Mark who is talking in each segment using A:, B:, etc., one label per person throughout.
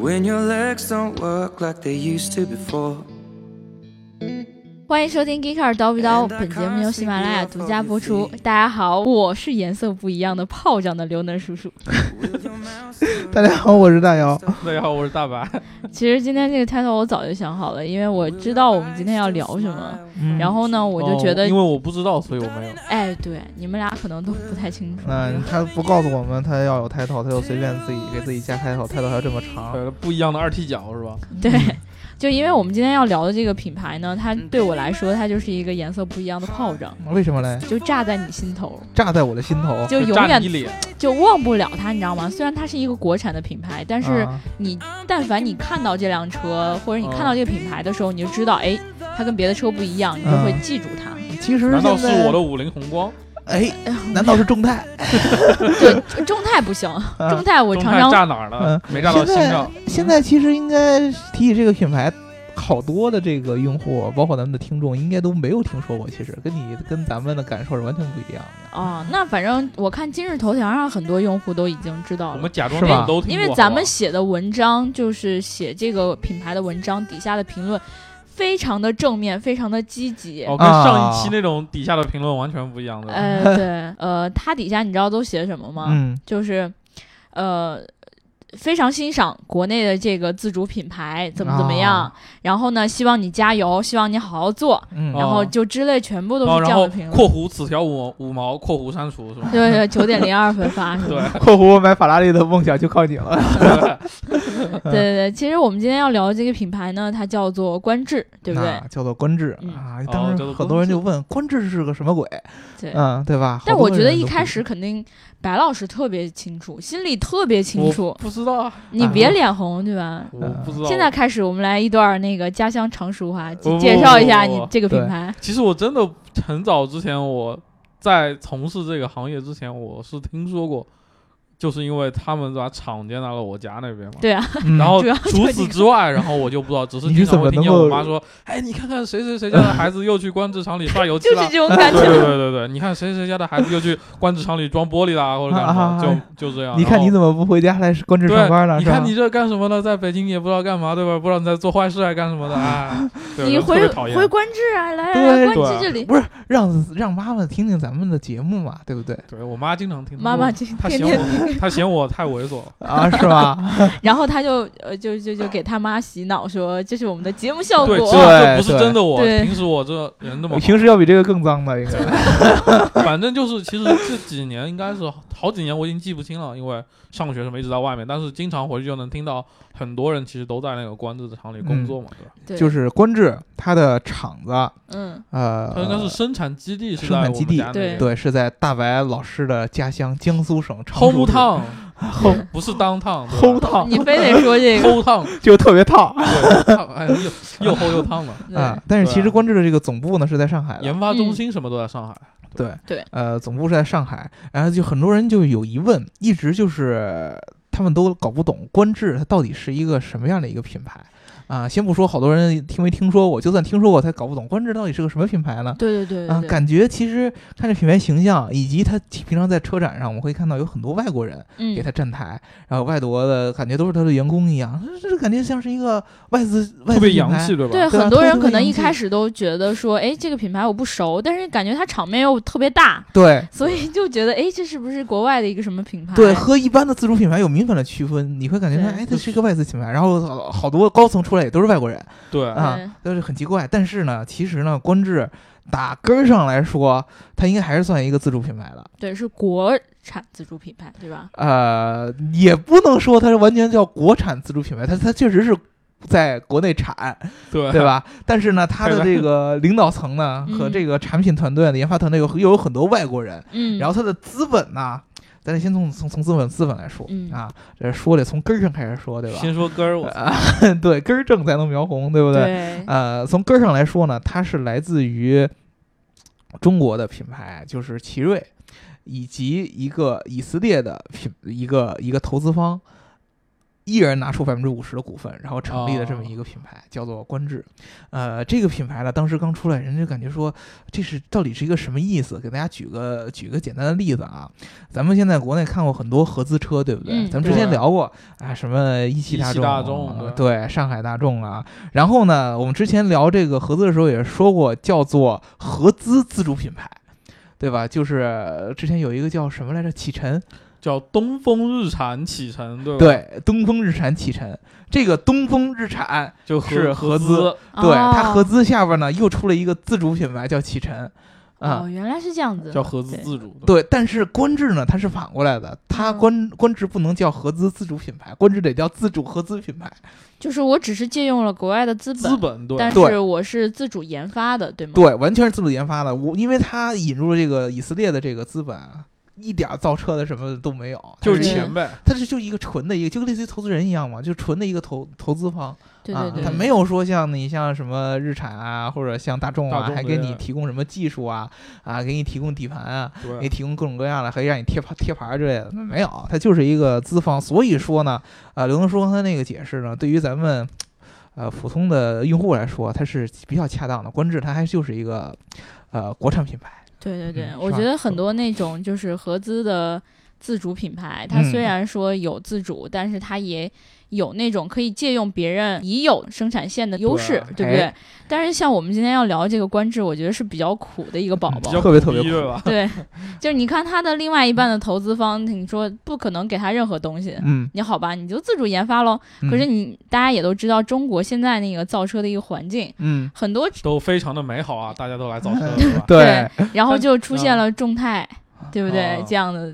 A: When your legs don't work like they used to before.
B: 欢迎收听《Geeker 叨逼叨》，本节目由喜马拉雅独家播出。大家好，我是颜色不一样的炮仗的刘能叔叔。
C: 大家好，我是大姚。
D: 大家好，我是大白。
B: 其实今天这个 title 我早就想好了，因为 我知道我们今天要聊什么。
C: 嗯
B: 然后呢， 我就觉得，
D: 哦因为我不知道，所以我 没有。
B: 哎，对，你们俩可能都不太清楚。
C: 那他不告诉我们，他要有 title，他就随便自己给自己加 title，title 还要这么长。
D: 对，呃不一样的二踢脚是吧？
B: 对，就因为我们今天要聊的这个品牌呢，它对我来说，它就是一个颜色不一样的炮仗，
C: 为什么嘞？
B: 就炸在你心头，
C: 炸在我的心头。
B: 就永
D: 炸
B: 远
D: 你一脸，
B: 就忘不了它，你知道吗？虽然它是一个国产的品牌，但是
C: 啊
B: 你但凡你看到这辆车或者你看
D: 嗯
B: 到这个品牌的时候，你就知道，哎，它跟别的车不一样，你就会记住 它。
C: 其实
D: 难道是
C: 现在
D: 我的？五菱宏光？
C: 哎，难道是 众泰？
B: 对，中泰不行，
C: 啊
B: 中泰我
D: 中
B: 常
D: 泰
B: 常
D: 炸哪儿了？
C: 嗯
D: 没炸到心上。
C: 现在其实应该提起这个品牌，好多的这个用户，包括咱们的听众，应该都没有听说过。其实跟你跟咱们的感受是完全不一样的。
B: 哦，那反正我看今日头条上很多用户都已经知道
D: 我
B: 了
D: 们。假装
C: 是吧
D: 你们都听
B: 因
D: 过
B: 为咱们
D: 好啊
B: 写的文章就是写这个品牌的文章，底下的评论非常的正面，非常的积极。
D: 不好哦，跟上一期那种底下的评论完全不一样的。
B: 呃，对，呃，它底下你知道都写什么吗？
C: 嗯，
B: 就是，呃，非常欣赏国内的这个自主品牌怎么怎么样，
C: 啊
B: 然后呢，希望你加油，希望你好好做，
C: 嗯
B: 然
D: 哦
B: 后就之类全部都是这
D: 哦，然
B: 样
D: 后
B: 的评论。
D: 括弧此条五五毛，括弧删除 是吧？
B: 对对，九点零二分发是吧？
D: 对，
C: 括弧买法拉利的梦想就靠你了。
B: 对对对，其实我们今天要聊的这个品牌呢，它叫做观致，对不对
C: 那？叫做官至
B: 嗯
C: 啊！
D: 哦
C: 当时
D: 叫做
C: 很多人
D: 官至
C: 就问官至是个什么鬼，
B: 对。
C: 嗯，对吧？
B: 但
C: 好多
B: 我觉得
C: 人
B: 一
C: 都
B: 开
C: 不
B: 始肯定白老师特别清楚，心里特别清
D: 我
B: 楚。
D: 不知道啊，
B: 你别脸红，对吧？
D: 我不知道。
B: 现在开始，我们来一段那个家乡常熟话，
D: 不不
B: 介绍一下
D: 不不
B: 你
D: 不
B: 这个品
C: 对
B: 牌。
D: 其实我真的很早之前，我在从事这个行业之前，我是听说过，就是因为他们把厂接到了我家那边嘛。
B: 对啊，
C: 嗯
D: 然后
B: 主要
D: 除
B: 就
D: 此
B: 你
D: 之外，然后我就不知道，只是
C: 你
D: 经
C: 是怎么
D: 常会听
C: 能
D: 见我
C: 够
D: 妈说：“哎，你看看谁谁谁家的孩子又去官制厂里刷油漆
B: 就是
D: 啦。
B: 这种感
D: 对对
B: 觉。
D: 对对对，你看谁谁家的孩子又去官制厂里装玻璃啦，或者干什
C: 啊啊
D: 么
C: 啊，
D: 就就这样。
C: 你看你
D: 么
C: 怎么不回家来官职上班
D: 对，
C: 呢？
D: 你
C: 是吧
D: 看你这干什么呢？在北京也不知道干嘛，对吧？不知道你在做坏事还干什么 的啊？对
B: 你
D: 我特
B: 回
D: 别讨厌
B: 回官制啊，来来
C: 对
B: 来，官
D: 对
B: 制这里。
C: 不是让让妈妈听听咱们的节目嘛，对不对？
D: 对我妈经常听
B: 妈妈
D: 我
B: 这
D: 她
B: 天
D: 嫌
B: 天，
D: 我她嫌我太猥琐，
C: 啊，是 吧？
B: 然后他就呃就就就给他妈洗脑说这是我们的节目效
D: 对，
B: 果。
D: 这不是
C: 对
D: 真的我，
B: 对
D: 平时我这人那么好
C: 平时要比这个更脏的，应该。
D: 反正就是，其实这几年应该是好几年，我已经记不清了，因为上学什么一直在外面，但是经常回去就能听到很多人其实都在那个官制厂里
C: 嗯
D: 工作嘛，对吧？
C: 啊
B: 对，
C: 就是官制它的厂子，
B: 嗯，
C: 呃，
D: 它应该是生产基地是
C: 生
D: 在
C: 产
D: 我
C: 基
D: 们
C: 地
D: 家那边。
C: 对，是在大白老师的家乡江苏省常
D: ，home
C: 州市
D: town
C: 齁
D: 不是 downtown
C: 齁
D: 对吧
C: 烫
B: 你非得说这个。
D: home town
C: 就特别烫
D: 对 town，哎又又齁又烫嘛。
C: 啊
B: 对，。
C: 但是其
D: 对
C: 实
D: 啊
C: 官制的这个总部呢是在上海的，
D: 研发中心什么都在上海，
C: 对
B: 对
C: 呃，总部是在上海，然后就很多人就有疑问，一直就是他们都搞不懂官制它到底是一个什么样的一个品牌啊。先不说好多人听没听说过，就算听说过，他搞不懂官制到底是个什么品牌呢？
B: 对对对
C: 啊，
B: 对对，
C: 感觉其实看这品牌形象，以及他平常在车展上，我们会看到有很多外国人给
B: 嗯，
C: 他站台，然后外国的感觉都是他的员工一样，这这感觉像是一个外资嗯外
D: 特
C: 资
D: 别
C: 品
D: 洋
C: 牌
D: 气，。对吧？
B: 对，
C: 对啊
B: 很多
C: 特
B: 人
C: 别
B: 可能一
C: 洋气
B: 开始都觉得说，哎，这个品牌我不熟，但是感觉它场面又特别 大，
C: 对
B: 所以就觉得，哎，这是不是国外的一个什么品牌？
C: 对，和一般的自主品牌有明显的区分，你会感觉到，
B: 对
C: 哎，它是一个外资品牌，然后好好多高层出来也都是外国人
D: 对
B: 对
C: 啊，都是很奇怪。但是呢，其实呢，观致打根儿上来说，它应该还是算一个自主品牌的。
B: 对，是国产自主品牌，对吧？
C: 呃，也不能说它是完全叫国产自主品牌，它它确实是在国内 产，
D: 对
C: 对？吧？但是呢，它的这个领导层呢
B: 嗯
C: 和这个产品团队的研发团队有又有很多外国人，
B: 嗯，
C: 然后它的资本呢，咱得先从从从资本资本来说
B: 嗯
C: 啊，这说得从根儿上开始说，对吧？
D: 先说根儿，我
C: 啊， 对，根儿正才能描红，对不对？
B: 对，
C: 呃，从根儿上来说呢，它是来自于中国的品牌，就是奇瑞，以及一个以色列的品一个一个投资方。一人拿出百分之五十的股份，然后成立了这么一个品牌，叫做观致。呃，这个品牌呢，当时刚出来，人就感觉说这是到底是一个什么意思？给大家举个举个简单的例子啊，咱们现在国内看过很多合资车，对不对？
B: 嗯
C: 咱们之前
D: 对
C: 聊过啊，什么一汽
D: 一汽
C: 众、
D: 大众
C: 呃对，上海大众啊。然后呢，我们之前聊这个合资的时候也说过，叫做合资自主品牌。对吧？就是呃之前有一个叫什么来着，启辰，
D: 叫东风日产启辰，对吧？对，
C: 对，东风日产启辰，这个东风日产，
D: 就是
C: 合
D: 合
C: 资
D: 资，
C: 对、它
B: 哦
C: 合资下边呢又出了一个自主品牌叫启辰，啊、
B: 哦，原来是这样子，
D: 叫合资
B: 对
D: 自主。
C: 对，但是官制呢它是反过来的，它
B: 嗯
C: 官官制不能叫合资自主品牌，官制得叫自主合资品牌，
B: 就是我只是借用了国外的资本，
D: 资本对，
B: 但
C: 对
B: 是我是自主研发的，对吗？
C: 对，完全是自主研发的。我因为它引入了这个以色列的这个资本啊，一点儿造车的什么都没有，它
D: 就是
C: 一
B: 钱
D: 钱呗。
C: 它是就一个纯的一个，就类似于投资人一样嘛，就纯的一个投投资方。
B: 对
C: 啊
B: 对，对，
C: 它没有说像你像什么日产啊，或者像大众啊，
D: 大众
C: 还
D: 之
C: 给
D: 类
C: 你
D: 的
C: 提供什么技术啊，啊，给你提供底盘啊，给你
D: 对，
C: 提供各种各样的，还让你贴牌贴牌儿之类的，没有，它就是一个资方。所以说呢，呃，刘能说刚才那个解释呢，对于咱们。呃，普通的用户来说，它是比较恰当的。观致它还就是一个，呃，国产品牌。
B: 对对对，
C: 嗯
B: 我
C: 是吧
B: 觉得很多那种就是合资的自主品牌，它
C: 嗯
B: 虽然说有自主，但是它也有那种可以借用别人已有生产线的优势，
D: 对啊
B: 对不对
C: 哎？
B: 但是像我们今天要聊这个官制，我觉得是比较苦的一个宝
C: 比
B: 宝
C: 较。特别特别
D: 逼
C: 酷
D: 对吧？
B: 对，就是你看它的另外一半的投资方，你说不可能给他任何东西。
C: 嗯，
B: 你好吧，你就自主研发喽。
C: 嗯
B: 可是，你大家也都知道，中国现在那个造车的一个环境，
C: 嗯，
B: 很多
D: 都非常的美好啊，大家都来造车，对吧？
C: 对，
B: 然后
D: 但
B: 就出现了众泰， 对不对？
D: 哦
B: 这样的，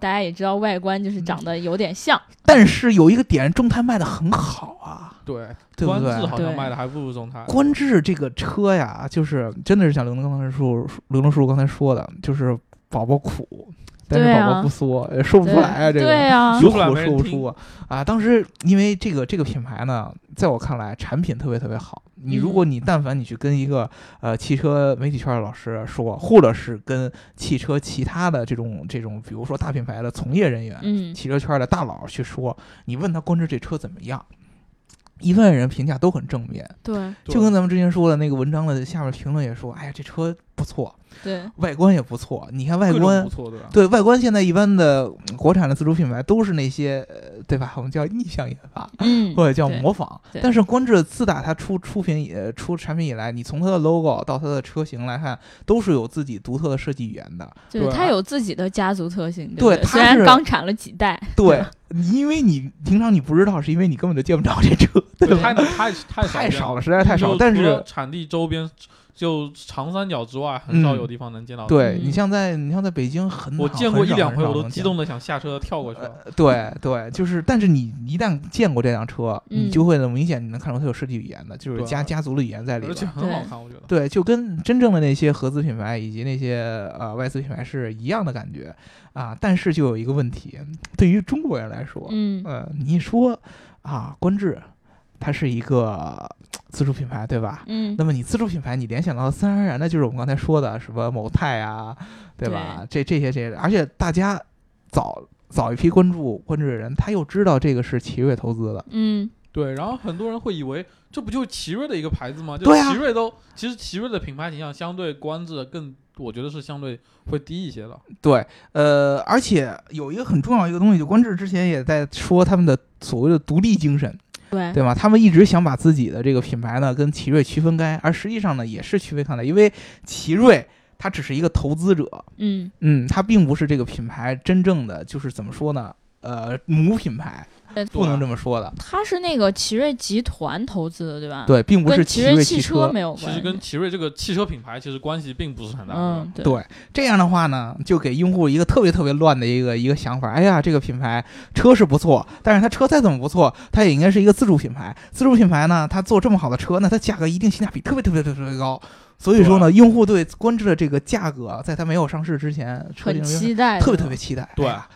B: 大家也知道外观
C: 嗯
B: 就是长得有点像，
C: 但是有一个点，众泰卖的很好啊，
D: 对，
C: 对不
D: 观
C: 对？
D: 致好
B: 对
D: 像卖的还不如众泰。
C: 观致这个车呀，就是真的是像刘能刚才叔刘能叔叔刚才说的，就是宝宝苦，但是
B: 对啊
C: 宝宝不缩，呃说不出来啊，这
B: 对
C: 个。
B: 啊，
C: 有
D: 说出来
C: 苦
D: 没
C: 说
D: 人
C: 不
D: 听
C: 出啊！啊，当时因为这个这个品牌呢，在我看来产品特别特别好。你如
B: 嗯
C: 果你但凡你去跟一个呃汽车媒体圈的老师说，或者是跟汽车其他的这种这种，比如说大品牌的从业人员，
B: 嗯，
C: 汽车圈的大佬去说，你问他观致这车怎么样，一万人评价都很正面。
B: 对
D: 对
C: 就跟咱们之前说的那个文章的下面评论也说，哎呀，这车不错，
B: 对
C: 外观也不错。你看外
D: 各种
C: 观
D: 不，错，对吧？
C: 对外观现在一般的嗯国产的自主品牌都是那些，呃对吧？我们叫逆向研发。
B: 嗯，
C: 或者叫
B: 对
C: 模仿
B: 对，
C: 但是观致自打它出出品以呃出产品以来，你从它的 logo 到它的车型来看，都是有自己独特的设计语言的。
B: 对，
D: 对
B: 它有自己的家族特性，
C: 对
B: 对不
C: 它
B: 虽然
C: 是
B: 刚产了几代，
C: 对，你因为你平常你不知道，是因为你根本就见不着这车，对 吧？
D: 太太太
C: 太
D: 少
C: 少
D: 了，
C: 了，实在太少了。
D: 就
C: 但
D: 除
C: 是
D: 了嗯产地周边，就长三角之外，很少
C: 嗯
D: 有地方能见到。，
C: 对你
B: 嗯
C: 像在你像在北京很
D: 我
C: 少
D: 见过
C: 很
D: 一
C: 少
D: 两
C: 很
D: 回，
C: 少
D: 我都
C: 能
D: 激
C: 见
D: 动的想下车跳过去了。
C: 呃对对，就是，但是你一旦见过这辆车，你
B: 嗯
C: 就会很明显你能看出它有设计语言的，就是
D: 对啊
C: 家家族的语言呃在里
D: 而且
C: 边。
D: 很好看，我觉得。
C: 对，就跟真正的那些合资品牌以及那些呃外资品牌是一样的感觉啊，但是就有一个问题，对于中国人来说，
B: 嗯，
C: 呃，你一说啊，观致，它是一个自主品牌，对吧？
B: 嗯，
C: 那么你自主品牌，你联想到自然而然的就是我们刚才说的什么某泰啊，对吧？这这些这些，而且大家早早一批关注关注的人，他又知道这个是奇瑞投资的，
B: 嗯，
D: 对，然后很多人会以为这不就是奇瑞的一个牌子吗？就
C: 对啊
D: 奇瑞都，其实奇瑞的品牌形象相对观致更，我觉得是相对会低一些的。
C: 对，呃，而且有一个很重要的一个东西，就观致之前也在说他们的所谓的独立精神，
B: 对，
C: 对吗？他们一直想把自己的这个品牌呢跟奇瑞区分开，而实际上呢也是区分开的，因为奇瑞它只是一个投资者，
B: 嗯，
C: 嗯，它并不是这个品牌真正的就是怎么说呢？呃，母品牌
B: 对啊
C: 不能这
D: 对
C: 么说的，
B: 它是那个奇瑞集团投资的，对吧？，
C: 对，并不是
B: 跟
C: 奇
B: 瑞
C: 汽
B: 车没有
D: 其
B: 关
D: 实
B: 系，
D: 跟奇瑞这个汽车品牌其实关系并不是很大。
B: 嗯，
C: 对这样的话呢，就给用户一个特别特别乱的一个一个想法。哎呀，这个品牌车是不错，但是它车再怎么不错，它也应该是一个自主品牌。自主品牌呢，它做这么好的车，那它价格一定性价比特别特别特别特别高。所以说呢，用户对观致的这个价格，在它没有上市之前，车型
B: 很期待，
C: 特别特别，期待。
D: 对
C: 哎呀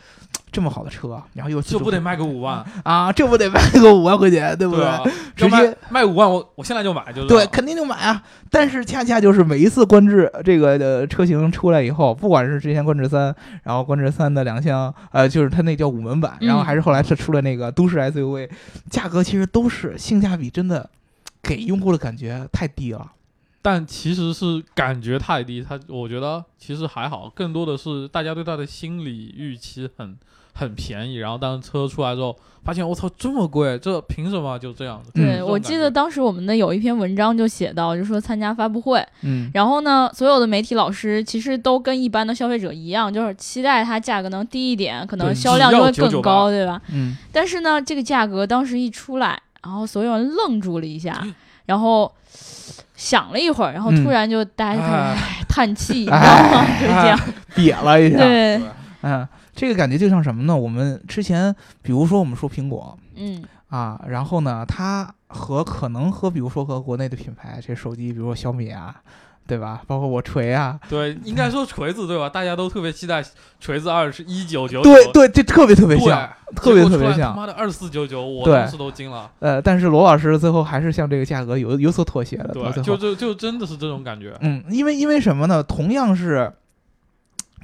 C: 这么好的车，然后又自
D: 这
C: 主
D: 不得
C: 品
D: 卖个五万，
C: 啊，这不得卖个五万块钱，对不
D: 对啊，
C: 直
D: 要
C: 接
D: 卖卖五万，我我现在就买，就是
C: 对，肯定就买啊。但是恰恰就是每一次观致这个的车型出来以后，不管是之前观致三，然后观致三的两厢，呃，就是它那叫五门版，
B: 嗯
C: 然后还是后来它出了那个都市 SUV，价格其实都是性价比真的给用户的感觉太低了。
D: 但其实是感觉太低，他我觉得其实还好，更多的是大家对它的心理预期很很便宜，然后但是车出来之后发现我操这么贵，这凭什么就这样子？
C: 嗯
D: 这
B: 对，
D: 种
B: 我
D: 感
B: 记
D: 觉
B: 得当时我们的有一篇文章就写到，就说参加发布会，
C: 嗯
B: 然后呢，所有的媒体老师其实都跟一般的消费者一样，就是期待它价格能低一点，可能
D: 对
B: 销量
D: 只
B: 就
D: 要
B: 会
D: 998
B: 更高，对吧？
C: 嗯，
B: 但是呢，这个价格当时一出来，然后所有人愣住了一下，
D: 嗯
B: 然后想了一会儿，然后
C: 嗯
B: 突然就大家就开始
D: 哎
B: 唉叹气，你知道
D: 啊
B: 吗？就是这样，
C: 瘪了一下，
B: 对，
C: 嗯，这个感觉就像什么呢？我们之前比如说我们说苹果，
B: 嗯
C: 啊，然后呢，它和可能和比如说和国内的品牌，这手机，比如说小米啊，对吧？包括我锤啊，
D: 对，应该说锤子对吧？大家都特别期待锤子二是一九九九，
C: 对对，这特别特别
D: 对，
C: 像，特
D: 结
C: 别
D: 果
C: 特
D: 出
C: 别
D: 来他
C: 像。
D: 妈的二四九九，我
C: 对
D: 当时都惊了，
C: 呃，但是罗老师最后还是向这个价格有有所妥协的，到
D: 对，
C: 最
D: 就
C: 后，
D: 就就真的是这种感觉，
C: 嗯，因为因为什么呢？同样是。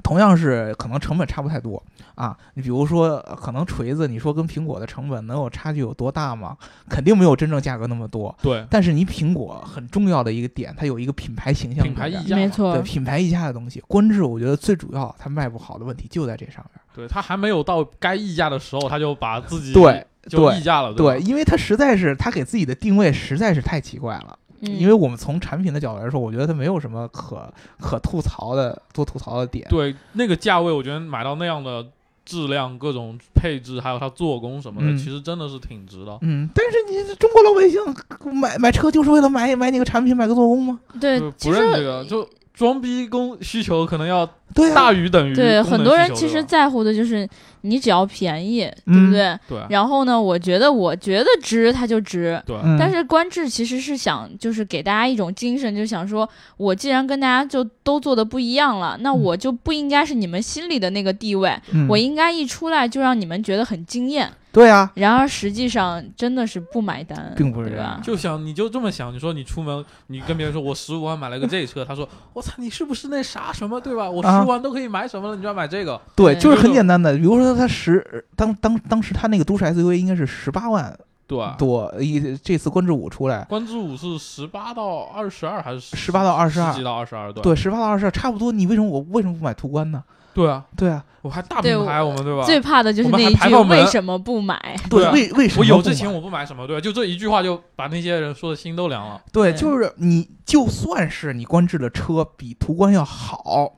C: 同样是可能成本差不太多啊，你比如说呃可能锤子，你说跟苹果的成本能有差距有多大吗？肯定没有真正价格那么多。
D: 对，
C: 但是你苹果很重要的一个点，它有一个品牌形象
D: 品牌
C: 在
D: 啊
C: 这儿
D: 溢价
B: 没
D: 嘛
B: 错
C: 对，品牌溢价的东西，观致我觉得最主要它卖不好的问题就在这上面。
D: 对他还没有到该溢价的时候，他就把自己
C: 对
D: 就
C: 对
D: 溢价了，
C: 对，
D: 吧
C: 因为它实在是它给自己的定位实在是太奇怪了。
B: 嗯，
C: 因为我们从产品的角度来说，我觉得它没有什么可可吐槽的多吐槽的点。
D: 对那个价位，我觉得买到那样的质量、各种配置，还有它做工什么的，
C: 嗯
D: 其实真的是挺值的。
C: 嗯，但是你中国老百姓买买车就是为了买买你个产品买个做工吗？
B: 对
D: 就，
B: 其
D: 不
B: 实
D: 认这个，就装逼供需求可能要
C: 对啊
D: 大，于等于
B: 对
D: 功能
B: 很多人
D: 需求
B: 其实
D: 对吧
B: 在乎的就是你只要便宜，对
C: 嗯
B: 不对？
D: 对
B: 然后呢，我觉得我觉得值，它就值。
D: 对、
C: 嗯、
B: 但是官至其实是想，就是给大家一种精神，就想说，我既然跟大家就都做的不一样了，
D: 嗯
B: 那我就不应该是你们心里的那个地位，
C: 嗯
B: 我应该一出来就让你们觉得很惊艳。
C: 对啊，
B: 然而实际上真的是不买单，
C: 并不是
B: 对
C: 这
B: 吧
C: 样？
D: 就想你就这么想，你说你出门，你跟别人说我十五万买了个这车，他说我操你是不是那啥什么对吧？我
C: 啊
D: 十五万都可以买什么了，你就要买这个？
C: 对，
B: 对
C: 就是很简单的，比如说它十当当当时它那个都市 SUV 应该是十八万
D: 对，
C: 多，一这次观致五出来，
D: 关注五是十八到二十二还是
C: 18到22
D: 十几到二十二？对
C: 对，十八到二十差不多。你为什么我为什么不买途观呢？
D: 对啊，
C: 对啊，
D: 我还大
B: 对
D: 品牌
B: 我
D: 我们对吧？
B: 最怕的就是
D: 我们
B: 那
D: 还
B: 一
D: 排
B: 句
D: 放门
B: 为什么不 买？
D: 对啊
C: 为为什么
D: 我有
C: 不
D: 这
C: 买
D: 钱我不买什么，对吧？就这一句话就把那些人说的心都凉了。
C: 对，
B: 对
C: 就是你就算是你观致的车比途观要好，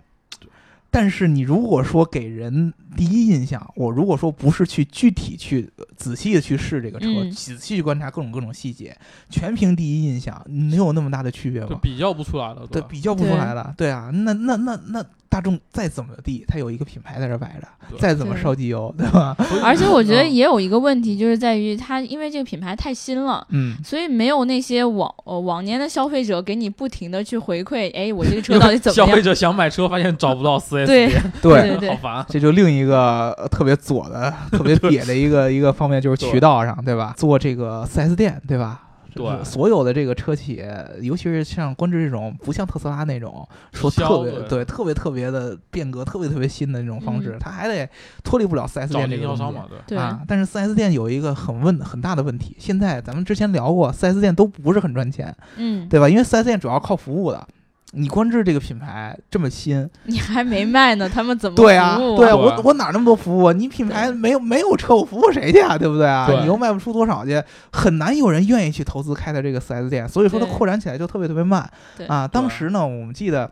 C: 但是你如果说给人第一印象，我如果说不是去具体去呃仔细的去试这个车，
B: 嗯
C: 仔细去观察各种各种细节，全凭第一印象，能有那么大的区别
D: 就
C: 吗？
D: 比较不出来了，
C: 对，
D: 吧？
C: 比较不出来了。对啊，那那那那大众再怎么地，它有一个品牌在这摆着，
D: 对
C: 再怎么烧机油，对吧？
D: 所以
B: 而且我觉得
D: 嗯
B: 也有一个问题，就是在于它因为这个品牌太新了。
C: 嗯，
B: 所以没有那些往呃往年的消费者给你不停的去回馈，哎，我这个车到底怎么
D: 消费
B: 样？
D: 者想买车，发现找不到 4S
B: 对
D: 店，
B: 对
C: 对
B: 对
D: 好 烦啊。
C: 这就另一个呃特别左 的、特别瘪的一个一个方面，就是渠道上，对吧？做这个 4S 店，对吧？
D: 对
C: 就是所有的这个车企，尤其是像观致这种，不像特斯拉那种说
D: 直销
C: 特别
D: 对
C: 对特别特别的变革、特别特别新的那种方式
B: 嗯，
C: 它还得脱离不了 4S
D: 找
C: 店这
D: 经
C: 个
D: 销
C: 东
D: 商
C: 西
D: 嘛，对吧。
B: 对，
C: 啊。但是 4S 店有一个很问很大的问题，现在咱们之前聊过，4S 店都不是很赚钱，
B: 嗯，
C: 对吧？因为 4S 店主要靠服务的。你观致这个品牌这么新，
B: 你还没卖呢，他们怎么
C: 对啊，
B: 服务
C: 对啊，
D: 对
C: 我我哪儿那么多服务啊？你品牌没有没有车，我服务谁去啊？对不对啊？
D: 对
C: 你又卖不出多少去，很难有人愿意去投资开的这个4 S 店，所以说它
B: 对
C: 扩展起来就特别特别慢
B: 对
C: 啊。当时呢，我们记得。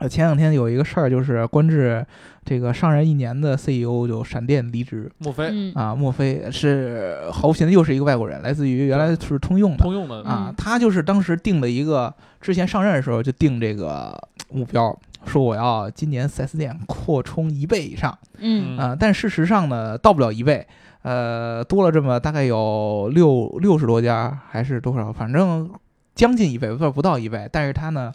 C: 呃，前两天有一个事儿，就是观致这个上任一年的 CEO 就闪电离职
D: 莫非
B: 嗯
C: 啊，莫非是毫无悬念又是一个外国人，来自于原来是通用的
D: 通用的
C: 啊
B: 嗯，
C: 他就是当时定了一个，之前上任的时候就定这个目标，说我要今年 4S 店扩充一倍以上
B: 嗯
C: 啊、但事实上呢，到不了一倍，呃，多了这么大概有六六十多家还是多少，反正将近一倍，不不到一倍，但是他呢。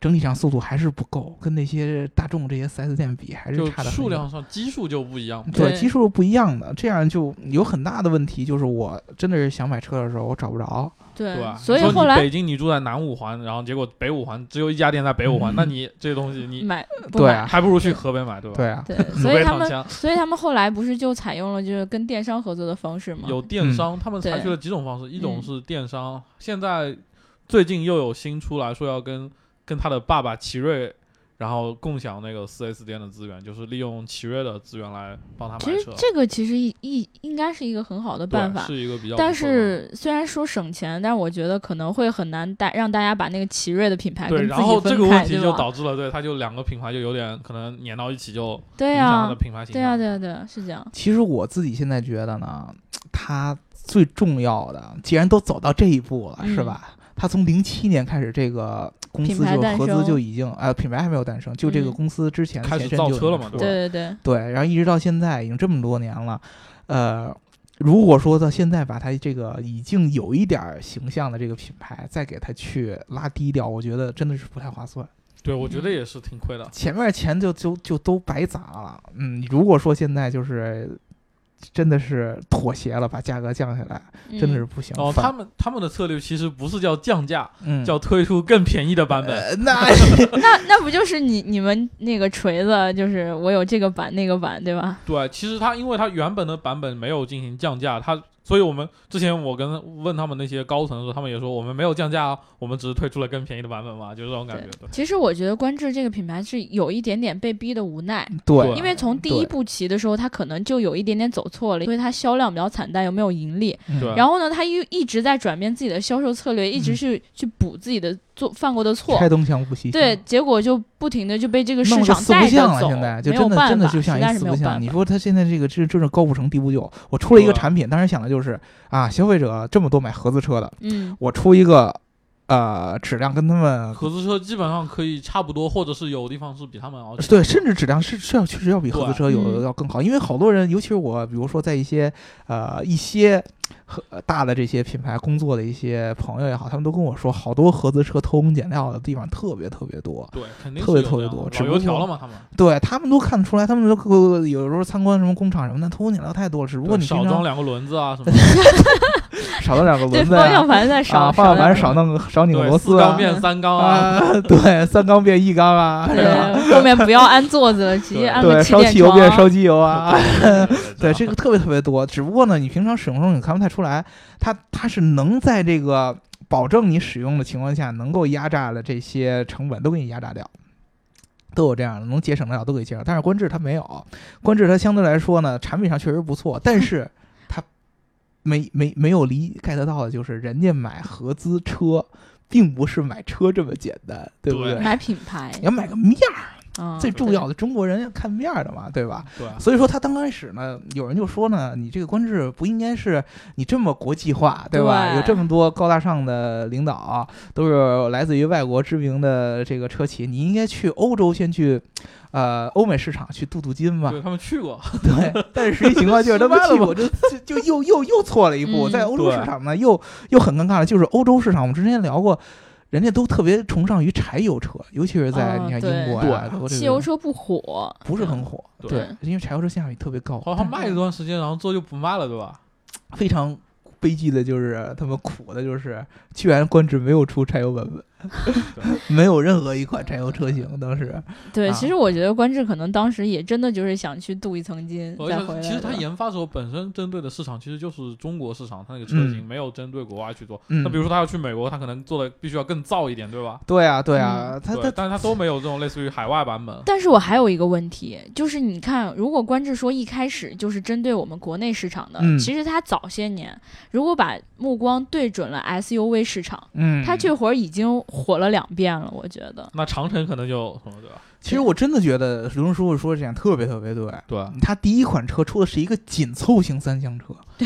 C: 整体上速度还是不够，跟那些大众这些 4S 店比还是
D: 就
C: 差的
D: 数量上基数就不一样嘛。
C: 对
B: 对
C: 基数不一样的，这样就有很大的问题，就是我真的是想买车的时候我找不着，
B: 对
D: 对吧？
B: 嗯所以
D: 你说
B: 后
D: 你
B: 来
D: 北京你住在南五环，然后结果北五环只有一家店在北五环，
C: 嗯
D: 那你这东西你
B: 买不
C: 对
B: 买
C: 啊
D: 还不如去河北买，对吧？
C: 对啊，
B: 对，
D: 河
B: 所以
D: 北
B: 他
D: 躺
B: 们
D: 枪
B: 所以他们后来不是就采用了就是跟电商合作的方式吗？
D: 有电
C: 嗯
D: 商，他们采取了几种方式，一种
B: 嗯
D: 是电商，现在最近又有新出来说要跟跟他的爸爸奇瑞。然后共享那个 4S 店的资源，就是利用奇瑞的资源来帮他
B: 其
D: 买
B: 实
D: 车，
B: 这个其实一一应该是一个很好的
D: 对
B: 办法。
D: 是一个比较不错的。
B: 但是虽然说省钱，但是我觉得可能会很难大让大家把那个奇瑞的品牌跟自
D: 对，
B: 己
D: 然后这个
B: 分
D: 问
B: 开，
D: 题
B: 对
D: 就
B: 吧？
D: 导致了，对，它就两个品牌就有点可能粘到一起，就
B: 对
D: 影响它
B: 啊
D: 的，品牌形
B: 对
D: 象。
B: 啊，对啊，对啊，是这样。
C: 其实我自己现在觉得呢，它最重要的，既然都走到这一步了，
B: 嗯
C: 是吧？它从零七年开始，这个公司
B: 品牌
C: 就
B: 诞
C: 合
B: 生
C: 资就已经呃，品牌还没有诞生，就这个
B: 嗯
C: 公司之前
D: 开始
C: 前身
D: 造
C: 就已
D: 车了
C: 经
D: 嘛
C: 出
B: 对对
D: 对
B: 对，
C: 对，然后一直到现在已经这么多年了，呃，如果说到现在把它这个已经有一点儿形象的这个品牌再给它去拉低调，我觉得真的是不太划算。
D: 对我觉
B: 嗯
D: 得也是挺亏的。
C: 前面钱就就就都白砸了。嗯，如果说现在就是真的是妥协了，把价格降下来，
B: 嗯
C: 真的是不行。
D: 哦，
C: 反
D: 他们他们的策略其实不是叫降价，
C: 嗯
D: 叫推出更便宜的版本。
C: 呃 那
B: 嗯那那不就是你你们那个锤子，就是我有这个版那个版，对吧？
D: 对，其实它因为它原本的版本没有进行降价，它所以我们之前我跟问他们那些高层的时候，他们也说我们没有降价啊，我们只是推出了更便宜的版本嘛，就这种感觉。对
B: 其实我觉得观致这个品牌是有一点点被逼的无奈，
C: 对
B: 因为从第一步棋的时候，它可能就有一点点走错了，所以它销量比较惨淡，又没有盈利。
C: 嗯
D: 对
B: 然后呢，它又一直在转变自己的销售策略，一直
C: 嗯
B: 去、去补自己的做犯过的错
C: 拆。东墙补西墙。
B: 对，结果就不停的就被这个市
C: 弄个
B: 场
C: 四
B: 带着
C: 不像了，
B: 走，
C: 现在就
B: 没有
C: 真的
B: 办法，
C: 真的就像
B: 实在
C: 一
B: 是
C: 四
B: 没
C: 不
B: 有
C: 像。
B: 办
C: 你
B: 法。啊
C: 说他现在这个真真是高不成低不就。我出了一个
D: 对
C: 产品，当时想的就是啊，消费者这么多买合资车的，
B: 嗯，
C: 我出一个呃质量跟他们
D: 合资车基本上可以差不多，或者是有地方是比他们要
C: 对，甚至质量是是要确实要比合资车有
B: 对嗯
C: 的要更好，因为好多人，尤其是我，比如说在一些呃一些和大的这些品牌工作的一些朋友也好，他们都跟我说，好多合资车偷工减料的地方特别特别多。
D: 对，肯定
C: 特
D: 是
C: 别
D: 有
C: 特别
D: 这样的
C: 多只
D: 老
C: 不
D: 油条
C: 过
D: 了嘛，他们。
C: 对他们都看得出来，他们都呃有时候参观什么工厂什么的，偷工减料太多了。只不过
D: 对
C: 你
D: 少
C: 平
D: 装
C: 常
D: 两个轮子啊什么的，
C: 少了两个
B: 对，
C: 轮子
B: 方
C: 呀
B: 向盘在少，
C: 啊，方
B: 少
C: 向盘
B: 点
C: 少弄个少拧个
D: 对
C: 螺
D: 四
C: 丝
D: 缸
C: 啊
D: 变三缸啊，
C: 啊， 对，三缸变一缸啊，是吧？
B: 对， 后面不要安座子了，直接
D: 对
B: 安
C: 对，
B: 个
C: 烧
B: 气
C: 汽油变
B: 垫
C: 烧
B: 床。
C: 机油啊。对，
D: 这
C: 这个特别特别多。只不过呢，你平常使用中你看不太出来，它它是能在这个保证你使用的情况下，能够压榨的这些成本都给你压榨掉。都有这样的，能节省得了都给节省。但是观致它没有，观致它相对来说呢，产品上确实不错，但是它没没没有理 get 到的就是，人家买合资车，并不是买车这么简单，对不
D: 对
C: 对？
B: 买品牌，
C: 你要买个面儿，
B: 嗯，
C: 最重
B: 对
C: 要的哎中国人要看面儿的嘛，对吧？
D: 对啊，
C: 所以说他刚开始呢，有人就说呢，你这个官制不应该是你这么国际化，对吧？
B: 对
C: 有这么多高大上的领导，都是来自于外国知名的这个车企，你应该去欧洲先去，呃，欧美市场去镀镀金嘛。
D: 对他们去过，
C: 对，但是实际情况就是他妈的，
D: 失败了
C: 我这这就又又又错了一步，
B: 嗯
C: 在欧洲
D: 对
C: 市场呢，又又很尴尬了。就是欧洲市场，我们之前聊过。人家都特别崇尚于柴油车，尤其是在
B: 哦
C: 你看
B: 对
C: 英国啊，德国这
B: 汽
C: 个
B: 油车不火，
C: 不是很火，
D: 对
C: 对，因为柴油车性价比特别高。
D: 好像卖一段时间，然后之后就不卖了，对吧？
C: 非常悲剧的就是他们苦的就是，居然观致没有出柴油版本， 没有任何一款柴油车型。当时
B: 对，
C: 啊
B: 其实我觉得观致可能当时也真的就是想去镀一层金再
D: 而
B: 回
D: 且
B: 来。
D: 其实它
B: 对吧
D: 研发的时候本身针对的市场其实就是中国市场，它那个车型
C: 嗯
D: 没有针对国外去做。
C: 嗯
D: 那比如说它要去美国，它可能做的必须要更造一点，对吧？
C: 对啊，对啊，他
D: 嗯对，
C: 他
D: 但是它都没有这种类似于海外版本。
B: 但是我还有一个问题，就是你看，如果观致说一开始就是针对我们国内市场的，
C: 嗯
B: 其实它早些年如果把目光对准了 SUV 市场，
C: 嗯，
B: 它这会儿已经火了两遍了，我觉得。
D: 那长城可能就什么对吧？
C: 其实我真的觉得刘叔叔说的这点特别特别对。
D: 对，
C: 他第一款车出的是一个紧凑型三厢车，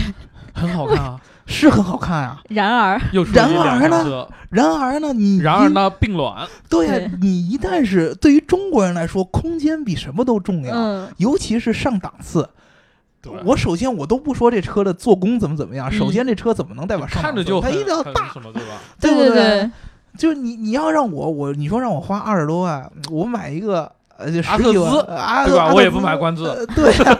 D: 很好看啊，
C: 是很好看啊。
B: 然而，
D: 又出一
C: 然而
D: 辆
C: 呢
D: 车，
C: 然而呢，你
D: 然而呢，并卵，
C: 对呀、
B: 对
C: 你一旦是对于中国人来说，空间比什么都重要，
B: 嗯，
C: 尤其是上档次。
D: 对，
C: 我首先我都不说这车的做工怎么怎么样，
B: 嗯
C: 首先这车怎么能再往上
D: 看着
C: 档
D: 就
C: 次它
D: 很
C: 一定要哎
D: 很
C: 大，
D: 什么对吧？
C: 对不
B: 对
C: 对？就是你你要让我我你说让我花二十多万，我买一个呃就
D: 阿
C: 十
D: 特
C: 几万
D: 兹
C: 呃阿
D: 对吧？
C: 阿
D: 我也
C: 特
D: 不
C: 兹
D: 买观致，
C: 呃对呀、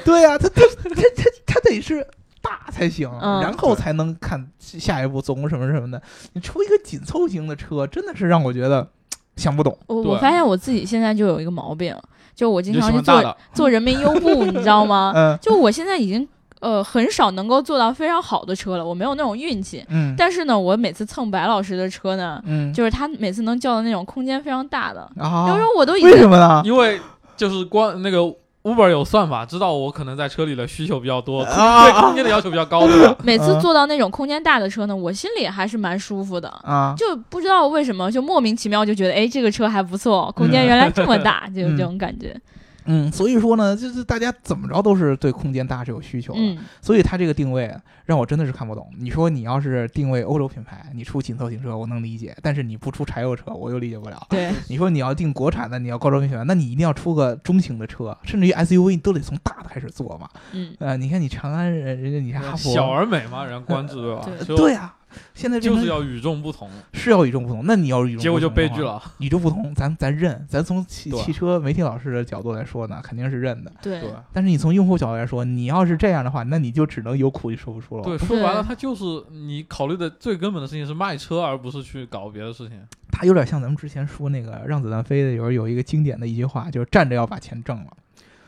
C: 对呀、他他他他他得是大才行，
B: 嗯
C: 然后才能看下一步总共什么什么的。你出一个紧凑型的车，真的是让我觉得想不懂。
B: 我我
D: 对
B: 发现我自己现在就有一个毛病，就我经
D: 你就喜
B: 常啊去做
D: 欢大的，
B: 做人民优步，你知道吗？
C: 嗯
B: 就我现在已经呃很少能够做到非常好的车了，我没有那种运气。
C: 嗯
B: 但是呢，我每次蹭白老师的车呢，
C: 嗯，
B: 就是他每次能叫的那种空间非常大的，要
C: 啊
B: 不，然我都已
C: 为什
B: 经
C: 么呢？
D: 因为就是光那个 Uber 有算法，知道我可能在车里的需求比较多，空
C: 啊
D: 对 空间的要求比较高，对吧？
B: 每次
C: 嗯
B: 坐到那种空间大的车呢，我心里还是蛮舒服的。
C: 啊，
B: 就不知道为什么，就莫名其妙就觉得，哎，这个车还不错，空
D: 嗯
B: 间原来这 么大，就有这种感觉。
C: 嗯，所以说呢，就是大家怎么着都是对空间大是有需求的，
B: 嗯，
C: 所以它这个定位让我真的是看不懂。你说你要是定位欧洲品牌，你出紧凑型车我能理解，但是你不出柴油车，我又理解不了。
B: 对，
C: 你说你要定国产的，你要高周品牌，那你一定要出个中型的车，甚至于 SUV 你都得从大的开始做嘛。
B: 嗯，
C: 呃，你看你长安人，人家你看哈佛，
D: 小而美嘛，人家观致对吧？
B: 对
D: 就
C: 对啊，现 在变
D: 就
C: 成
D: 是要与众不同，
C: 是要与众不同，那你要与众不同，
D: 结果就悲剧，了。
C: 与众不同，咱咱认，咱从汽
D: 对
C: 汽车媒体老师的角度来说呢，肯定是认的。
B: 对，
D: 对
C: 但是你从用户角度来说，你要是这样的话，那你就只能有苦也说不出了。
D: 对，，说白了，
B: 对
D: 它就是你考虑的最根本的事情是卖车，而不是去搞别的事情。
C: 它有点像咱们之前说那个《让子弹飞》的，有时候有一个经典的一句话，就是站着要把钱挣了。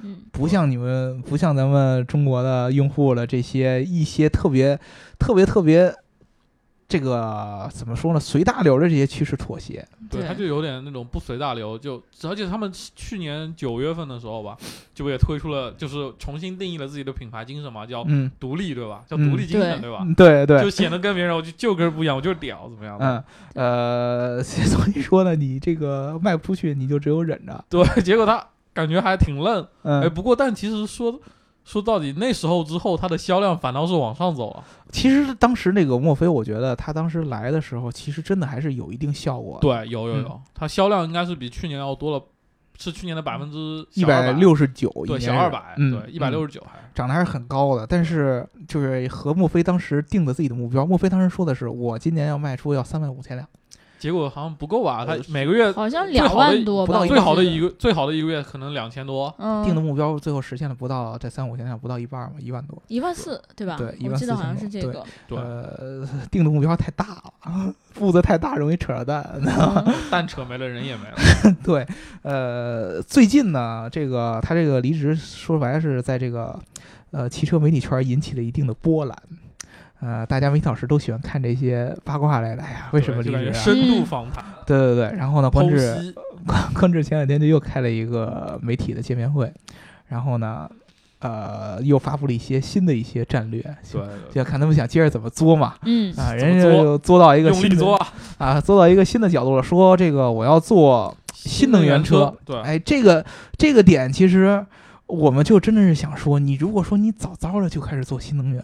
B: 嗯，
C: 不像你们，不像咱们中国的用户的这些一些特别、特别、特别，这个怎么说呢？随大流的这些趋势妥协。
D: 对，它就有点那种不随大流，就而且他们去年九月份的时候吧，就也推出了，就是重新定义了自己的品牌精神嘛，叫
C: 嗯，
D: 独立，对吧？叫
C: 嗯
D: 独立精
B: 对
D: 神，对哦吧？
C: 嗯对对
D: 就，显得跟别人我就就跟不一样，我就是屌，怎么样的？
C: 嗯呃， 所以说呢，你这个卖不出去，你就只有忍着。
D: 对，结果他感觉还挺愣，哎，
C: 嗯，
D: 不过但其实说说到底，那时候之后，它的销量反倒是往上走了。
C: 其实当时那个墨菲，我觉得他当时来的时候，其实真的还是有一定效果。，
D: 对，有有
C: 嗯
D: 有，它销量应该是比去年要多了，是去年的百分之
C: 一百，六十九，
D: 对，小二百，
C: 嗯，
D: 对，一百
C: 嗯
D: 六十九还。
C: 长得还是很高的，但是就是和墨菲当时定的自己的目标，墨菲当时说的是我今年要卖出要三万五千辆，
D: 结果好像不够吧？它
C: 呃
D: 每个月
B: 好像
D: 最好
B: 两
D: 的
B: 万多
C: 不
B: 吧，
C: 到
B: 我
D: 最好的
B: 记得
D: 一个最好的一个月可能两千多，
B: 嗯，
C: 定的目标最后实现了不到这三五千辆不到一半儿嘛，一万多。
B: 一万四对吧？
C: 对
B: 我记
C: 14,000
B: 得好像是这
C: 多
B: 个。
D: 对，
C: 呃， 定的目标太大了， 步子太大容易扯着蛋。
B: 嗯
D: 蛋扯没了，人也没了。
C: 对，呃，最近呢，这个他这个离职，说白了是在这个呃汽车媒体圈引起了一定的波澜。呃，大家媒体老师都喜欢看这些八卦类的，哎 呀，为什么
D: 对
C: 离职
D: 就感觉
C: 啊？
D: 深度 访谈、
C: 对对对，然后呢， 关
D: 剖
C: 志
D: 析，
C: 宽志前两天就又开了一个媒体的见面会，然后呢，呃，又发布了一些新的一些战略，
D: 对，对
C: 就看他们想接着怎么作嘛。
B: 嗯
C: 啊，
D: 怎么
C: 人家
D: 作
C: 就作到一
D: 对
C: 个
D: 用
C: 新
D: 力
C: 的
D: 做啊
C: 啊，作到一个新的角度了，说这个我要做，新能源车
D: 车，对，
C: 哎，这个这个点其实我们就真的是想说，你如果说你早早的就开始做新能源，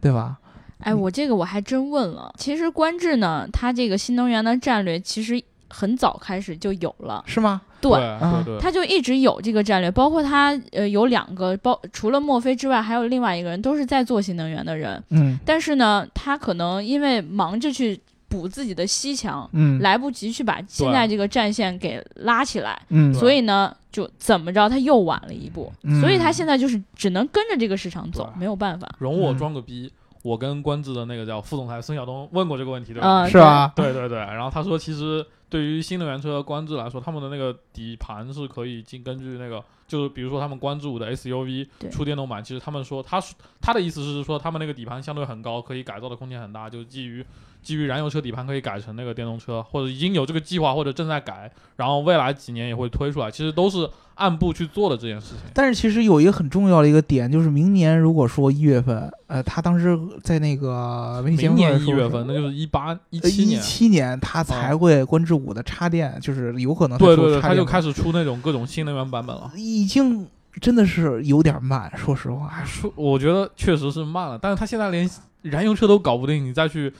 C: 对吧？
B: 哎，我这个我还真问了。其实观致呢，它这个新能源的战略其实很早开始就有了，
C: 是吗？
B: 对
C: 啊
D: 对对，
B: 它就一直有这个战略。包括它呃有两个，包除了墨菲之外，还有另外一个人都是在做新能源的人。
C: 嗯
B: 但是呢，他可能因为忙着去补自己的西墙，
C: 嗯
B: 来不及去把现在这个战线给拉起来。
C: 嗯，
B: 所以呢，就怎么着，他又晚了一步，
C: 嗯
B: 所以他现在就是只能跟着这个市场走，
D: 对
B: 没有办法。
D: 容我
C: 嗯
D: 装个逼。我跟观致的那个叫副总裁孙晓东问过这个问题，对吧？
B: 嗯，
C: 是吧？
D: 对对对，然后他说，其实对于新能源车观致来说，他们的那个底盘是可以进根据那个，就是比如说他们观致五的 SUV
B: 对
D: 出电动版，其实他们说他说他的意思是说，他们那个底盘相对很高，可以改造的空间很大，就是基于基于燃油车底盘可以改成那个电动车，或者已经有这个计划或者正在改，然后未来几年也会推出来，其实都是按部去做的这件事情。
C: 但是其实有一个很重要的一个点，就是明年如果说一月份，呃，他当时在那个媒体节
D: 明
C: 目
D: 年
C: 上
D: 一
C: 说
D: 月
C: 是
D: 份，那就是一八 一
C: 呃
D: 七
C: 一
D: 年，
C: 七年他才
D: 哦
C: 会观致五的插电，就是有可能
D: 对对对，
C: 他
D: 他就开
C: 始
D: 始出那种各种新能源版本了。
C: 已经真的是有点慢，说实话，
D: 说我觉得确实是慢了，但是他现在连燃油车都搞不定，你再去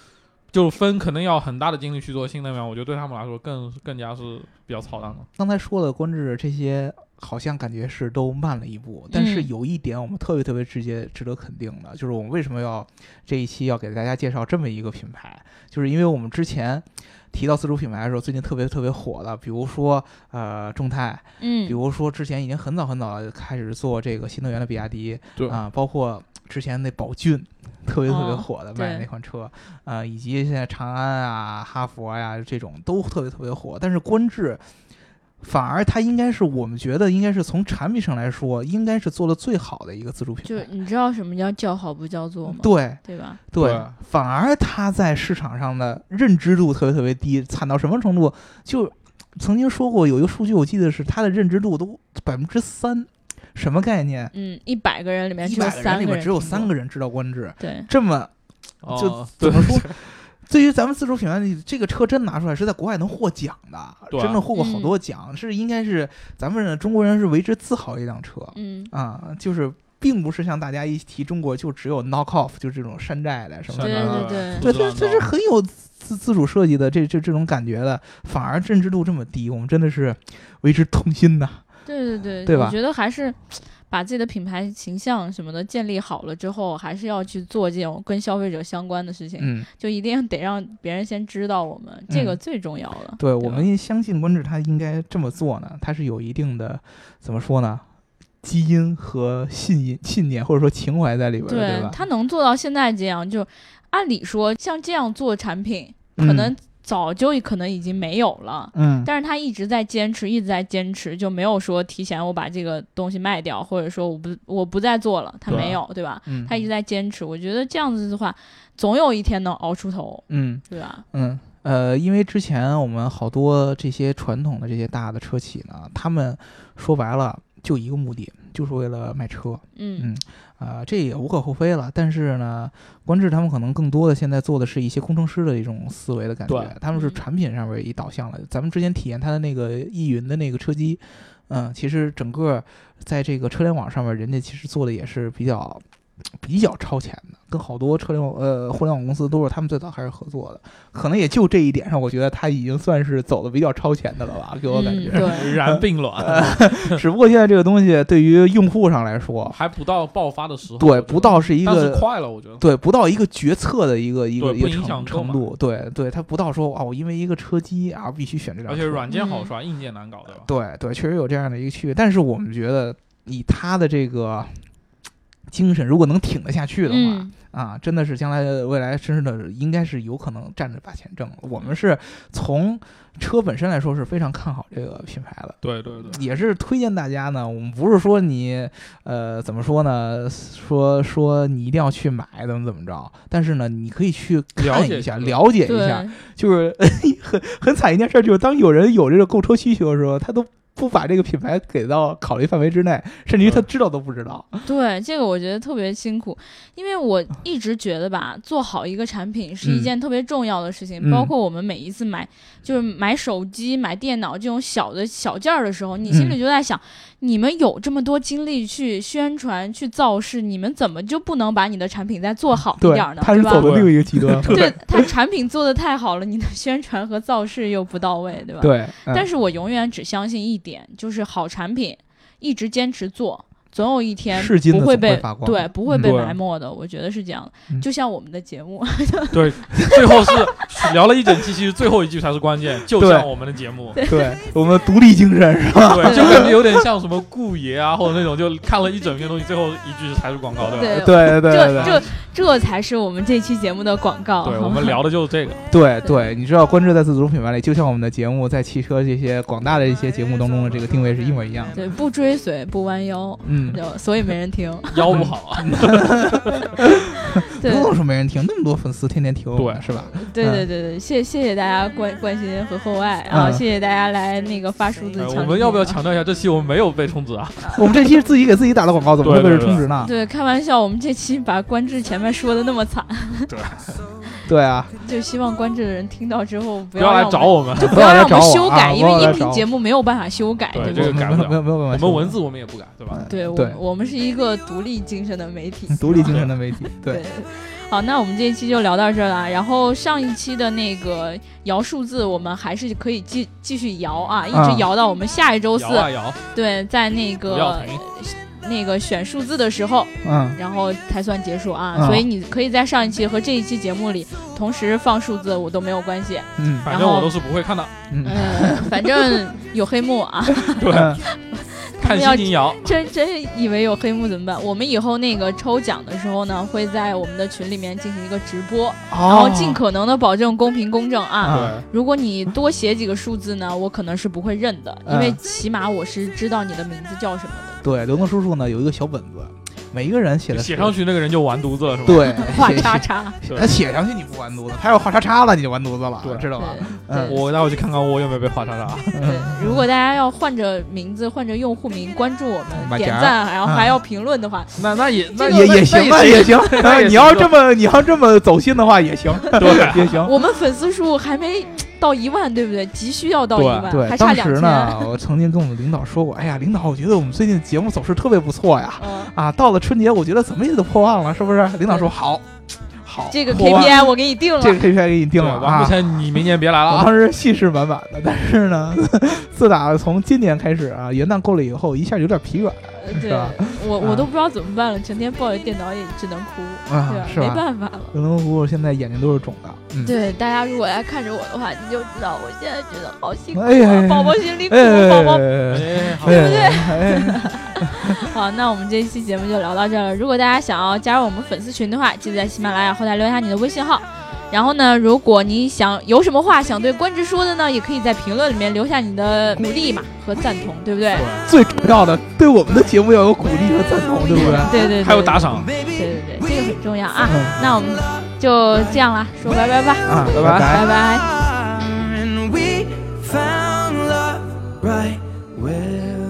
D: 就分可能要很大的精力去做新能源，我觉得对他们来说更更加是比较操蛋的。
C: 刚才说了官制这些，好像感觉是都慢了一步，但是
B: 嗯
C: 有一点我们特别特别直接值得肯定的，就是我们为什么要这一期要给大家介绍这么一个品牌，就是因为我们之前提到自主品牌的时候，最近特别特别火的，比如说呃众泰，比
B: 嗯
C: 如说之前已经很早很早地开始做这个新能源的比亚迪，
D: 对
C: 啊、包括之前那宝骏，特别特别
B: 哦
C: 火的卖的
B: 对
C: 那款车，呃，以及现在长安啊、哈佛呀、这种都特别特别火，但是观致。反而它应该是我们觉得应该是从产品上来说，应该是做的最好的一个自主品
B: 就
C: 牌。
B: 你知道什么叫叫好不叫座吗？
C: 对
B: 对吧？
C: 对
D: 对
C: 反而它在市场上的认知度特别特别低，惨到什么程度？就曾经说过有一个数据，我记得是它的认知度都百分之三，什么概念？
B: 嗯，一百个人里面
C: 一
B: 只有
C: 百个人
B: 三
C: 里
B: 个
C: 面
B: 人，
C: 只有三个人知道观致，
B: 对，
C: 这么
D: 哦
C: 就
D: 对
C: 怎么说？对于咱们自主品牌，你这个车真拿出来是在国外能获奖的，
D: 对啊
C: 真的获过好多奖，是应该是咱们中国人是为之自豪的一辆车
B: 嗯，
C: 啊，就是并不是像大家一提中国就只有 knock off 就这种山寨的什么
D: 山
B: 对
D: 寨
C: 的，
D: 的
B: 对对
C: 对，
D: 不
C: 它
D: 知
C: 它
D: 道
C: 是很有自自主设计的这这这种感觉的，反而认知度这么低，我们真的是为之痛心呐。
B: 对对对，
C: 对吧
B: 我觉得还是把自己的品牌形象什么的建立好了之后，还是要去做这种跟消费者相关的事情，
C: 嗯，
B: 就一定得让别人先知道我们，这个最重要了。
C: 对
B: 吧
C: 我们相信观致它应该这么做呢，它是有一定的怎么说呢？基因和信念、信念或者说情怀在里边的，对
B: 对
C: 吧？
B: 他能做到现在这样，就按理说像这样做产品，
C: 嗯
B: 可能早就可能已经没有了。
C: 嗯，
B: 但是他一直在坚持，一直在坚持，就没有说提前我把这个东西卖掉，或者说我不我不再做了，他
D: 对啊
B: 没有，对吧？
C: 嗯
B: 他一直在坚持，我觉得这样子的话，总有一天能熬出头，
C: 嗯
B: 对吧？
C: 嗯呃，因为之前我们好多这些传统的这些大的车企呢，他们说白了就一个目的，就是为了卖车，
B: 嗯
C: 啊、这也无可厚非了。但是呢，观致他们可能更多的现在做的是一些工程师的一种思维的感
D: 对
C: 觉，他们是
B: 嗯
C: 产品上面一导向了。咱们之前体验它的那个易云的那个车机，嗯、其实整个在这个车联网上面，人家其实做的也是比较。比较超前的，跟好多车联网呃互联网公司都是他们最早开始合作的，可能也就这一点上，我觉得他已经算是走的比较超前的了吧，给我感
B: 嗯，
C: 觉。
B: 对，
D: 然并卵，
C: 只不过现在这个东西对于用户上来说，
D: 还不到爆发的时候。我
C: 对
D: 觉得
C: 不到是一
D: 但是
C: 个
D: 快了，我觉得。
C: 对，不到一个决策的一个一个
D: 对
C: 一个
D: 不影响
C: 程程
D: 购买
C: 度，对对，它不到说哦，我因为一个车机啊，必须选这辆
D: 而
C: 车，
D: 且软件
B: 嗯
D: 好刷，硬件难搞，对吧？
C: 对对，确实有这样的一个区别。但是我们觉得以他的这个精神，如果能挺得 下去的话，
B: 嗯，
C: 啊，真的是将来未来真的应该是有可能站着把钱挣了。我们是从车本身来说是非常看好这个品牌的。
D: 对对 对，
C: 也是推荐大家呢，我们不是说你，呃，怎么说呢？说说你一定要去买，怎么怎么着？但是呢，你可以去看一下，了解一下。
B: 对，
C: 就是 很很惨一件事，就是当有人有这个购车需求的时候，他都不把这个品牌给到考虑范围之内，甚至于他知道都不知道。
B: 对，这个我觉得特别辛苦，因为我一直觉得吧，做好一个产品是一件特别重要的事情。
C: 嗯
B: 包括我们每一次买，就是买手机、买电脑这种小的小件儿的时候，你
C: 嗯
B: 心里就在想，你们有这么多精力去宣传、去造势，你们怎么就不能把你的产品再做好一
C: 对
B: 点儿，呢？
C: 他是
B: 吧
C: 走？的另一个极 端。
B: 对，他产品做的太好了，你的宣传和造势又不到位，对吧？
C: 对，嗯
B: 但
C: 是
B: 是我永远只相信一点，就是好产品一直坚持做，总有一天
C: 是金的
B: 不会
C: 总会
B: 被
C: 发光
B: 对
C: 的
B: 不会被
D: 嗯
B: 埋没的。我觉得是这样的，
C: 嗯
B: 就像我们的节目，
D: 对，最后是聊了一整期，其实最后一句才是关键，就
C: 对
D: 像我们的节目，对，
C: 对我们独立精神是吧？
D: 就感觉有点像什么顾爷啊，或者那种就看了一整篇东西，最后一句才是广告，对吧？
B: 对
C: 对对
B: 这
C: 对
B: 这这才是我们这期节目的广告。
D: 对，我们聊的就是这个，
C: 对对，你知道观致在自主品牌里，就像我们的节目在汽车这些广大的一些节目当中的这个定位是一模一样的。
B: 对不追随不弯腰，
C: 嗯，
B: 就所以没人 听。
D: 腰不好 啊，
C: 不
B: 对
C: 用说没人听，那么多粉丝天天听，
D: 对
C: 是吧？
B: 对对对对，谢谢谢大家关关心和厚爱啊，
C: 嗯
B: 谢谢大家来那个发数字
D: 哎
B: 抢。
D: 我们要不要？强调一下，这期我们没有被充值啊？
C: 我们这期自己给自己打的广告，怎么会被
D: 对
C: 人
D: 对
C: 充值呢？
B: 对，开玩笑，我们这期把官至前面说的那么惨，
C: 对啊，
B: 就希望关注的人听到之后不
D: 不要来
B: 让
D: 找
B: 我们
D: 我们，
B: 不要让我
C: 找
B: 们
C: 我
B: 修
C: 啊
B: 改，因
C: 不要
B: 为
C: 来
B: 音
C: 找
B: 频
C: 我
B: 节目没有办法修改，
D: 对
B: 对
D: 这个
B: 不
C: 没
D: 改
C: 有没
D: 不了
C: 有没有办
D: 我
C: 法修
D: 们
C: 改，
D: 文字我们也不改，对吧？
B: 对，
C: 对
B: 我我们是一个独立精神的媒体，
C: 独立精神的媒体，对
B: 对。好，那我们这一期就聊到这儿了。然后上一期的那个摇数字，我们还是可以继继续摇啊，一
C: 啊
B: 直摇到我们下一周四。
D: 摇啊摇，
B: 对，在那
D: 不要
B: 个
D: 停。
B: 那个选数字的时候，
C: 嗯，
B: 然后才算结束啊。
C: 啊
B: 所以你可以在上一期和这一期节目里同时放数字，我都没有关系。
C: 嗯
D: 反正我都是不会看的，
C: 嗯
B: 嗯、反正有黑幕啊，
C: 嗯，
D: 看心情摇。
B: 真真以为有黑幕怎么办？我们以后那个抽奖的时候呢，会在我们的群里面进行一个直播，然后
C: 哦
B: 尽可能的保证公平公正啊。
C: 啊
D: 对，
B: 如果你多写几个数字呢，我可能是不会认的，因
C: 嗯
B: 为起码我是知道你的名字叫什么的。
C: 对，刘能叔叔呢有一个小本子，每一个人写的
D: 写上
C: 去，
D: 去那个人就完犊子了，是吧？
C: 对，
B: 画
C: 写
B: 叉，叉，
C: 写他写上去你不完犊子，他要画叉叉了你就完犊子了，
D: 对
C: 知道
B: 对
C: 吧？
B: 对
C: 嗯
D: 我待会去看看我有没有被画叉 叉。
B: 对，如果大家要换着名字、换着用户名关注我
C: 买
B: 们、
C: 夹
B: 点赞，然后
C: 嗯
B: 还要评论的话，
D: 那那也那
C: 也也行 吧，也行。哎
D: 那也
C: 你要
D: 行
C: 这么你要这么走心的话也行，
B: 啊
D: 对
C: 也行。
B: 我们粉丝数还没到一万，对不对？急需要到一万，
C: 对
B: 还，差
C: 当
B: 两
C: 时
B: 千。
C: 呢，我曾经跟我们领导说过，哎呀，领导，我觉得我们最近节目走势特别不错呀，
B: 嗯，
C: 啊，到了春节，我觉得怎么也得破万了，是不是？领导说好，好，
B: 这个
C: 破万
B: KPI 我给你定了。
C: 这个 KPI 给你定了
D: 王
C: 啊
D: 不。成，你明年别来了
C: 我
D: 啊！
C: 当时信誓满满的，但是呢，自打从今年开始啊，元旦过了以后，一下有点疲软是
B: 对
C: 吧，
B: 我我
C: 啊
B: 都不知道怎么办了，整天抱着电脑也只能哭，对
C: 啊
B: 吧，？
C: 是
B: 没
C: 吧？
B: 办法了。
C: 刘能虎现在眼睛都是肿的，嗯，
B: 对大家如果来看着我的话，你就知道我现在觉得好辛苦
C: 哎呀哎呀
B: 啊，宝宝心里苦，
C: 哎，
B: 宝宝
D: 哎，好
C: 哎，哎，
B: 好，那我们这一期节目就聊到这儿了。如果大家想要加入我们粉丝群的话，记得在喜马拉雅后台留下你的微信号。然后呢，如果你想有什么话想对关之说的呢，也可以在评论里面留下你的鼓励嘛和赞同，对不对？
C: 最重要的，对我们的节目要有鼓励和赞同，对不对？
B: 对对对，
D: 还有
C: 哦
D: 打赏，
B: 对对对，这个很重要啊。
C: 嗯
B: 那我们就这样啦，说拜拜吧，
C: 啊，拜
B: 拜
D: 拜
B: 拜。
A: And we found love right where